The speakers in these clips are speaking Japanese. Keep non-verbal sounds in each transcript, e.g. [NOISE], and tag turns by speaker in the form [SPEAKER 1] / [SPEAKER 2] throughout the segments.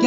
[SPEAKER 1] ギ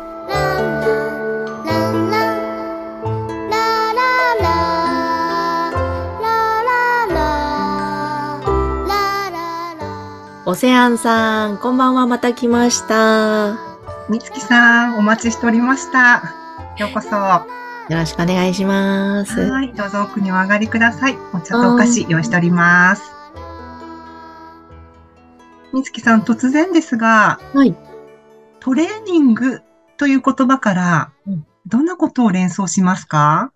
[SPEAKER 2] オセアンさん、こんばんは、また来ました。
[SPEAKER 1] みつきさんお待ちしておりましたようこそは
[SPEAKER 2] よろしくお願いします。
[SPEAKER 1] いどうぞ奥にお上がりくださいお茶とお菓子用意しておりますみつきさん突然ですが
[SPEAKER 2] はい。
[SPEAKER 1] トレーニングという言葉から
[SPEAKER 2] うん
[SPEAKER 1] どんなことを連想しますか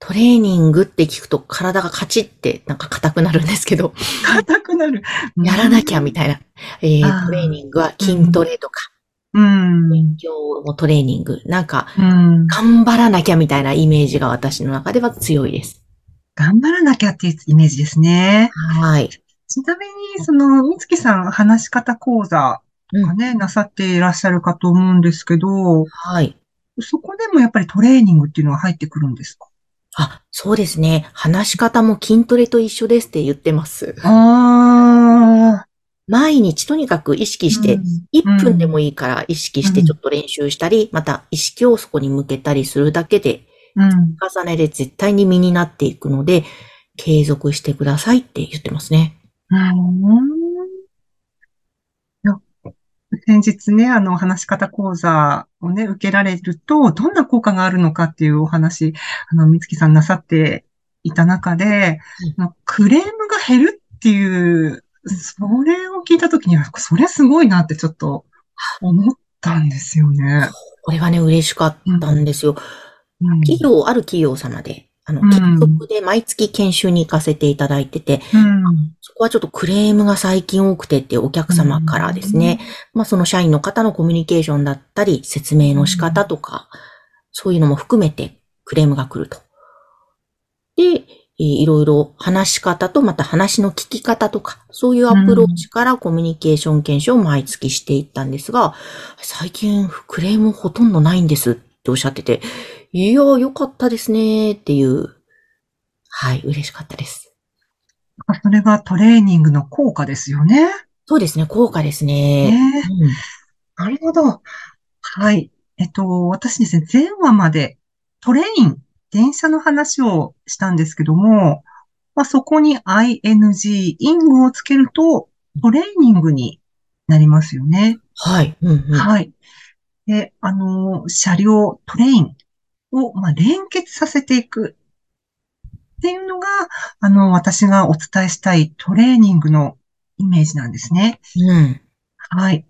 [SPEAKER 2] トレーニングって聞くと体がカチってなんか硬くなるんですけど、
[SPEAKER 1] 硬くなる
[SPEAKER 2] やらなきゃ
[SPEAKER 1] み
[SPEAKER 2] みたいな。え
[SPEAKER 1] あー
[SPEAKER 2] ー、トレーニングは筋トレとか、
[SPEAKER 1] うん
[SPEAKER 2] 勉強もトレーニング。なんか、
[SPEAKER 1] うん
[SPEAKER 2] 頑張らなきゃみたいなイメージが私の中では強いです。
[SPEAKER 1] 頑張らなきゃっていうイメージですね。
[SPEAKER 2] はい。
[SPEAKER 1] ちなみに、その、みつきさん、話し方講座がね、なさっていらっしゃるかと思うんですけど、
[SPEAKER 2] はい。
[SPEAKER 1] そこでもやっぱりトレーニングっていうのは入ってくるんですか
[SPEAKER 2] あ、そうですね。話し方も筋トレと一緒ですって言ってます。
[SPEAKER 1] ああ、
[SPEAKER 2] 毎日とにかく意識して、1分でもいいから意識して
[SPEAKER 1] うん
[SPEAKER 2] ちょっと練習したり、また意識をそこに向けたりするだけで、
[SPEAKER 1] うん。
[SPEAKER 2] 重ねで絶対に身になっていくので、継続してくださいって言ってますね。
[SPEAKER 1] うん。いや先日ね、あの、話し方講座をね、受けられると、どんな効果があるのかっていうお話、あの、美月さんなさっていた中で、あのクレームが減るっていう、それを聞いたときには、それすごいなってちょっと思ったんですよね。
[SPEAKER 2] これはね、嬉しかったんですよ。
[SPEAKER 1] うん
[SPEAKER 2] 企業、ある企業様で、あの、
[SPEAKER 1] うん
[SPEAKER 2] 結局で毎月研修に行かせていただいてて、
[SPEAKER 1] うん。
[SPEAKER 2] そこはちょっとクレームが最近多くてってお客様からですね、まあその社員の方のコミュニケーションだったり、説明の仕方とか、そういうのも含めてクレームが来ると。で、えーいろいろ話し方とまた話の聞き方とか、そういうアプローチからコミュニケーション研修を毎月していったんですが、最近クレームほとんどないんですっておっしゃってて、いやー、良かったですねーっていう、はい、嬉しかったです。
[SPEAKER 1] それがトレーニングの効果ですよね。
[SPEAKER 2] そうですね、効果ですね。
[SPEAKER 1] ね
[SPEAKER 2] うん
[SPEAKER 1] なるほど。はい。えっと、私ですね、前話までトレイン、電車の話をしたんですけども、まあ、そこに ing、イングをつけるとトレーニングになりますよね。
[SPEAKER 2] はい。うんうん。
[SPEAKER 1] はい。で、あの、車両、トレインを、まあ、連結させていくっていうのが、あの、私がお伝えしたいトレーニングのイメージなんですね。
[SPEAKER 2] うん。
[SPEAKER 1] はい。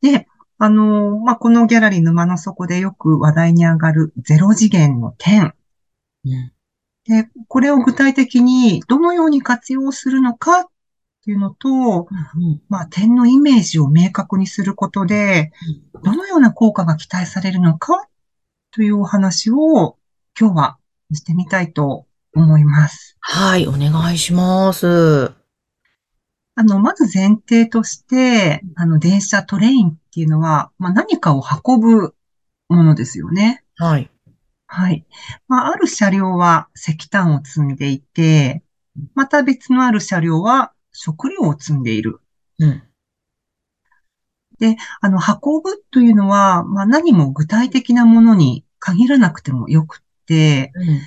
[SPEAKER 1] で、あのーまあ、このギャラリー沼の底でよく話題に上がるゼロ次元の点。
[SPEAKER 2] うん
[SPEAKER 1] で、これを具体的にどのように活用するのかっていうのと、
[SPEAKER 2] うん
[SPEAKER 1] まあ、点のイメージを明確にすることで、どのような効果が期待されるのかというお話を今日はしてみたいと思います。
[SPEAKER 2] はい。お願いします。
[SPEAKER 1] あの、まず前提として、あの、電車トレインっていうのは、まあ、何かを運ぶものですよね。
[SPEAKER 2] はい。
[SPEAKER 1] はい。まあ、ある車両は石炭を積んでいて、また別のある車両は食料を積んでいる。
[SPEAKER 2] うん。
[SPEAKER 1] あの、運ぶというのは、まあ、何も具体的なものに限らなくてもよくって、
[SPEAKER 2] うん。
[SPEAKER 1] 例え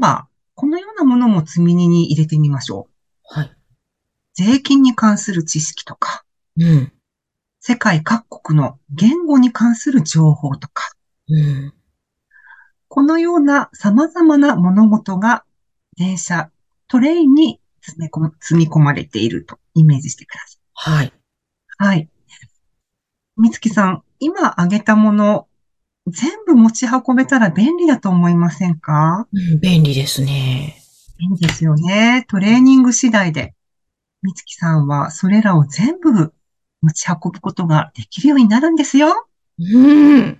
[SPEAKER 1] ば、このようなものも積み荷に入れてみましょう。
[SPEAKER 2] はい。
[SPEAKER 1] 税金に関する知識とか、
[SPEAKER 2] うん。
[SPEAKER 1] 世界各国の言語に関する情報とか、
[SPEAKER 2] うん。
[SPEAKER 1] このような様々な物事が電車、トレインに積み込む積み込まれているとイメージしてくだ
[SPEAKER 2] はい。
[SPEAKER 1] さい。はい。みつきさん、今挙げたもの、全部持ち運べたら便利だと思いませんか
[SPEAKER 2] うん便利ですね。
[SPEAKER 1] 便利ですよね。トレーニング次第で。みつきさんはそれらを全部持ち運ぶことができるようになるんですよ。
[SPEAKER 2] うん。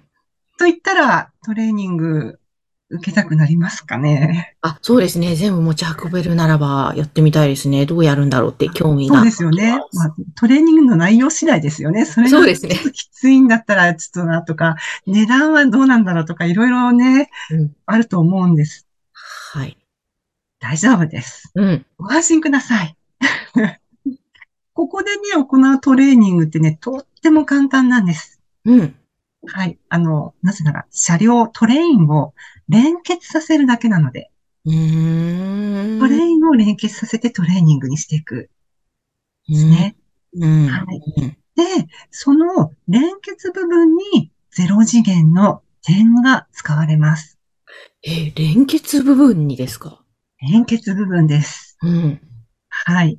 [SPEAKER 1] と言ったら、トレーニング受けたくなりますかね。
[SPEAKER 2] あ、そうですね。全部持ち運べるならばやってみたいですね。どうやるんだろうって興味が。
[SPEAKER 1] そうですよね。まあ、トレーニングの内容次第ですよね。それ
[SPEAKER 2] そう
[SPEAKER 1] が
[SPEAKER 2] ですね
[SPEAKER 1] ちょっときついんだったらちょっとなとか、値段はどうなんだろうとか、いろいろね、
[SPEAKER 2] うん
[SPEAKER 1] あると思うんです。
[SPEAKER 2] はい。
[SPEAKER 1] 大丈夫です。
[SPEAKER 2] うん。
[SPEAKER 1] ご安心ください。 [LAUGHS] ここでね、行うトレーニングってね、とっても簡単なんです。
[SPEAKER 2] うん。
[SPEAKER 1] はい。あの、なぜなら、車両、トレインを連結させるだけなので、
[SPEAKER 2] うーん。
[SPEAKER 1] トレインを連結させてトレーニングにしていくんですね。
[SPEAKER 2] うん。
[SPEAKER 1] はい
[SPEAKER 2] うん。
[SPEAKER 1] で、その連結部分に0次元の点が使われます。
[SPEAKER 2] え、連結部分にですか
[SPEAKER 1] 連結部分です。
[SPEAKER 2] うん。
[SPEAKER 1] はい。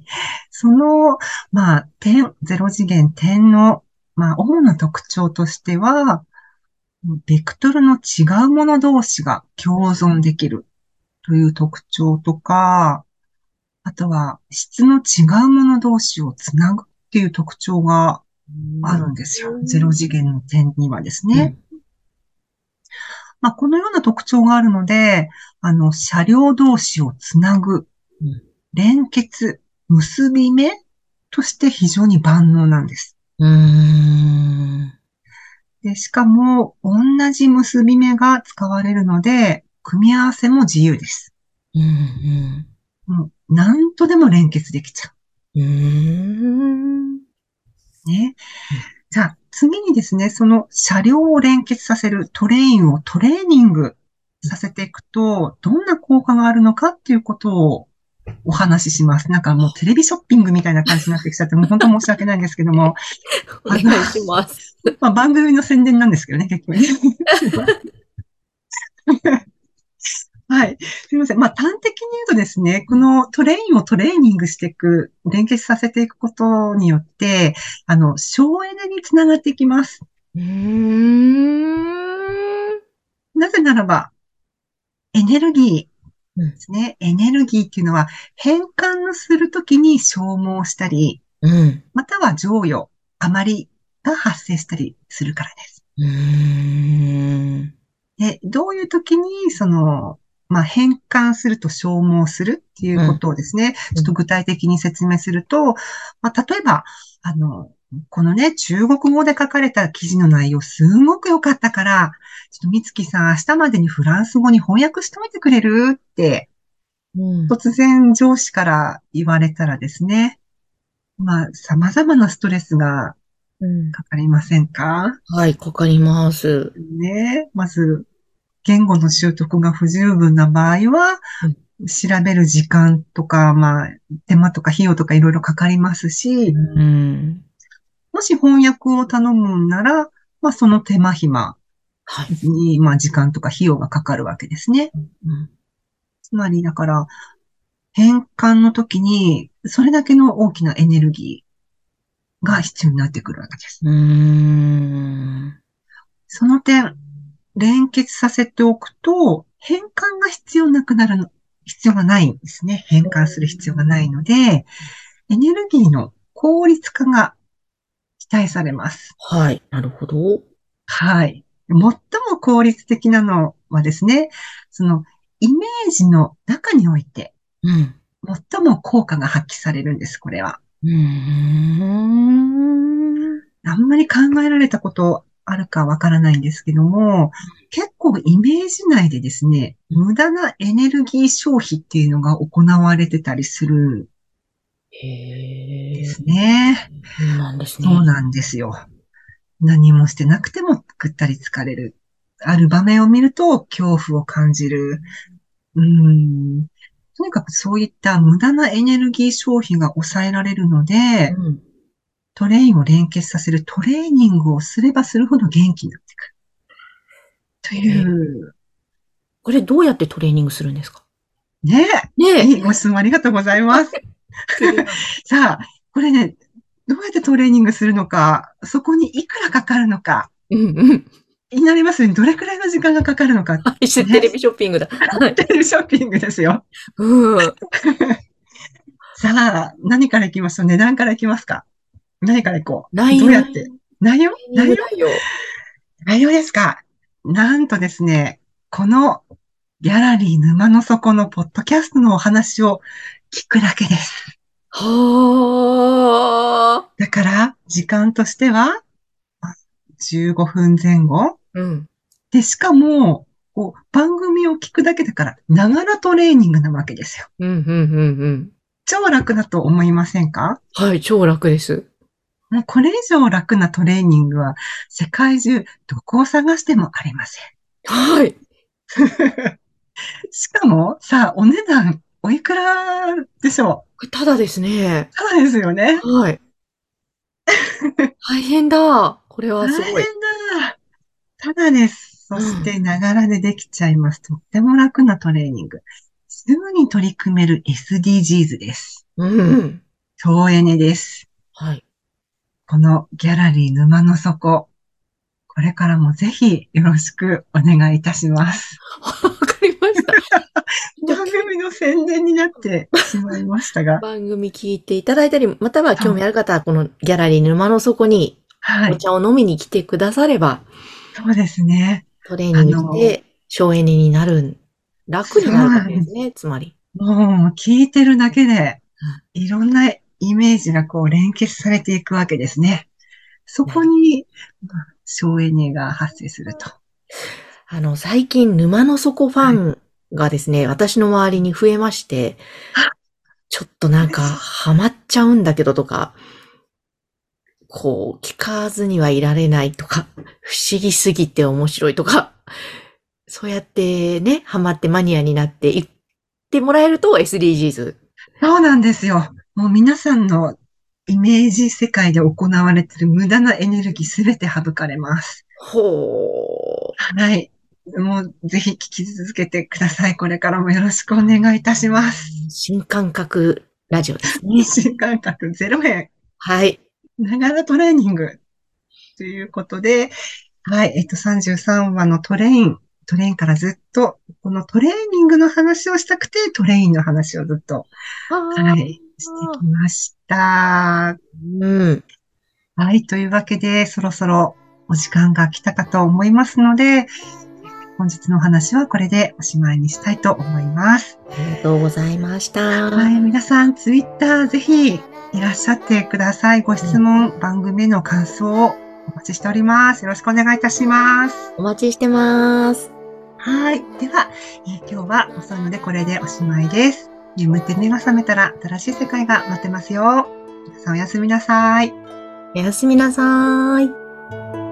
[SPEAKER 1] その、まあ、点、0次元点の、まあ、主な特徴としては、ベクトルの違うもの同士が共存できるという特徴とか、あとは質の違うもの同士をつなぐっていう特徴があるんですよ。0次元の点にはですね。まあ、このような特徴があるので、あの、車両同士をつなぐ
[SPEAKER 2] うん、
[SPEAKER 1] 連結、結び目として非常に万能なんです。
[SPEAKER 2] うん。うーん。
[SPEAKER 1] で、しかも、同じ結び目が使われるので、組み合わせも自由です。
[SPEAKER 2] うん。
[SPEAKER 1] もう、何とでも連結できちゃ
[SPEAKER 2] うん。うーん。
[SPEAKER 1] う。ね。じゃあ、次にですね、その車両を連結させるトレインをトレーニングさせていくと、どんな効果があるのかっていうことをお話しします。なんかもうテレビショッピングみたいな感じになってきちゃって、もう本当申し訳ないんですけども、
[SPEAKER 2] お願いします。
[SPEAKER 1] まあ番組の宣伝なんですけどね、結局ね。はい。すみません。まあ端的に言うとですね、このトレインをトレーニングしていく、連結させていくことによって、あの、省エネにつながっていきます。
[SPEAKER 2] うーん。
[SPEAKER 1] なぜならば、エネルギー
[SPEAKER 2] うん
[SPEAKER 1] ですね。エネルギーっていうのは、変換をするときに消耗したり、
[SPEAKER 2] うん。
[SPEAKER 1] または剰余、余りが発生したりするからです。
[SPEAKER 2] うーん。
[SPEAKER 1] で、どういうときに、その、まあ、変換すると消耗するっていうことをですね、
[SPEAKER 2] うん
[SPEAKER 1] ちょっと具体的に説明すると、まあ、例えば、あの、このね、中国語で書かれた記事の内容、すごく良かったから、ちょっと美月さん、明日までにフランス語に翻訳しておいてくれるって、
[SPEAKER 2] うん
[SPEAKER 1] 突然上司から言われたらですね、まあ、様々なストレスがかかりませんか
[SPEAKER 2] はい、かかります。
[SPEAKER 1] ね。まず、言語の習得が不十分な場合は、調べる時間とか、まあ、手間とか費用とかいろいろかかりますし、
[SPEAKER 2] うん。
[SPEAKER 1] もし翻訳を頼むなら、まあ、その手間暇
[SPEAKER 2] はい。
[SPEAKER 1] に、まあ、時間とか費用がかかるわけですね。
[SPEAKER 2] うん
[SPEAKER 1] つまり、だから、変換の時に、それだけの大きなエネルギーが必要になってくるわけです。
[SPEAKER 2] うーん。
[SPEAKER 1] その点、連結させておくと、変換が必要なくなるの、必要がないんですね。変換する必要がないので、エネルギーの効率化が期待されます。
[SPEAKER 2] はい、なるほど。
[SPEAKER 1] はい。最も効率的なのはですね、その、イメージの中において、
[SPEAKER 2] うん。
[SPEAKER 1] 最も効果が発揮されるんです、これは。
[SPEAKER 2] うーん。
[SPEAKER 1] あんまり考えられたことあるかわからないんですけども、結構イメージ内でですね、無駄なエネルギー消費っていうのが行われてたりするん
[SPEAKER 2] へ
[SPEAKER 1] で
[SPEAKER 2] え。そ
[SPEAKER 1] すね。
[SPEAKER 2] うなんですね。
[SPEAKER 1] そうなんですよ。何もしてなくてもぐったり疲れる。ある場面を見ると恐怖を感じる。うん。とにかくそういった無駄なエネルギー消費が抑えられるので、
[SPEAKER 2] うん
[SPEAKER 1] トレインを連結させるトレーニングをすればするほど元気になってくる。という、
[SPEAKER 2] これどうやってトレーニングするんですか
[SPEAKER 1] ねえ、
[SPEAKER 2] ね
[SPEAKER 1] いいご質問ありがとうございます。 [LAUGHS] さあ、これね、どうやってトレーニングするのか、そこにいくらかかるのか、
[SPEAKER 2] うん [LAUGHS] うん。
[SPEAKER 1] 気になりますよね。どれくらいの時間がかかるのか、
[SPEAKER 2] はいしテレビショッピングだ。はい。
[SPEAKER 1] テレビショッピングですよ。
[SPEAKER 2] うん。
[SPEAKER 1] さあ、何からいきましょう値段からいきますか何からいこう
[SPEAKER 2] 内容
[SPEAKER 1] どうやって内容内容
[SPEAKER 2] 内容
[SPEAKER 1] 内容ですかなんとですね、このギャラリー沼の底のポッドキャストのお話を聞くだけです。
[SPEAKER 2] はあ。
[SPEAKER 1] だから、時間としては、まあ15分前後
[SPEAKER 2] うん。
[SPEAKER 1] で、しかも、こう、番組を聞くだけだから、ながらトレーニングなわけですよ。
[SPEAKER 2] うん、うん、うん、うん。
[SPEAKER 1] 超楽だと思いませんか
[SPEAKER 2] はい、超楽です。
[SPEAKER 1] もうこれ以上楽なトレーニングは、世界中、どこを探してもありません。
[SPEAKER 2] はい。
[SPEAKER 1] しかも、さあ、お値段、おいくらでしょ
[SPEAKER 2] これただですね
[SPEAKER 1] う。。そうですよね。
[SPEAKER 2] はい。大変だ。これは
[SPEAKER 1] 大
[SPEAKER 2] す
[SPEAKER 1] 変
[SPEAKER 2] ごい。
[SPEAKER 1] だ。ただです。そして、ながらでできちゃいます。とっても楽なトレーニング。すぐに取り組める SDGs です。
[SPEAKER 2] うんうん。
[SPEAKER 1] 省エネです。
[SPEAKER 2] はい。
[SPEAKER 1] このギャラリー沼の底。これからもぜひよろしくお願いいたし
[SPEAKER 2] [LAUGHS]
[SPEAKER 1] ます。
[SPEAKER 2] わかりま [LAUGHS] した。
[SPEAKER 1] 番組の宣伝になってしまいましたが。
[SPEAKER 2] 番組聞いていただいたり、または興味ある方は、このギャラリー沼の底に
[SPEAKER 1] は
[SPEAKER 2] お [LAUGHS]
[SPEAKER 1] い。
[SPEAKER 2] 茶を飲みに来てくだされば、
[SPEAKER 1] そうですね。
[SPEAKER 2] トレーニングして省エネになるん、楽になるわけですね、つまり。
[SPEAKER 1] もう聞いてるだけで、いろんなイメージがこう連結されていくわけですね。そこに、まあ省エネが発生すると。
[SPEAKER 2] あの、最近、沼の底ファンがですね、私の周りに増えまして
[SPEAKER 1] あ、
[SPEAKER 2] ちょっとなんか、ハマっちゃうんだけどとか、こう、聞かずにはいられないとか、不思議すぎて面白いとか、そうやってね、ハマってマニアになっていってもらえると SDGs。
[SPEAKER 1] そうなんですよ。もう皆さんのイメージ世界で行われている無駄なエネルギーすべて省かれます。
[SPEAKER 2] ほ
[SPEAKER 1] はい。もうぜひ聞き続けてください。これからもよろしくお願いいたします。。
[SPEAKER 2] う。新感覚ラジオですね
[SPEAKER 1] 新感覚0円。
[SPEAKER 2] はい。
[SPEAKER 1] ながらトレーニングということで、はい、えっと、33話のトレイン、トレインからずっと、このトレーニングの話をしたくて、トレインの話をずっと、は、
[SPEAKER 2] はい
[SPEAKER 1] してきました。
[SPEAKER 2] うん。
[SPEAKER 1] はい、というわけで、そろそろお時間が来たかと思いますので、本日のお話はこれでおしまいにしたいと思います。
[SPEAKER 2] ありがとうございました。
[SPEAKER 1] はい、皆さん、ツイッターぜひいらっしゃってください。ご質問、番組への感想をお待ちしております。よろしくお願いいたします。
[SPEAKER 2] お待ちしてます。
[SPEAKER 1] はい。では、えー今日は遅いのでこれでおしまいです。眠って目が覚めたら新しい世界が待ってますよ。皆さんおやすみなさい。
[SPEAKER 2] おやすみなさーい。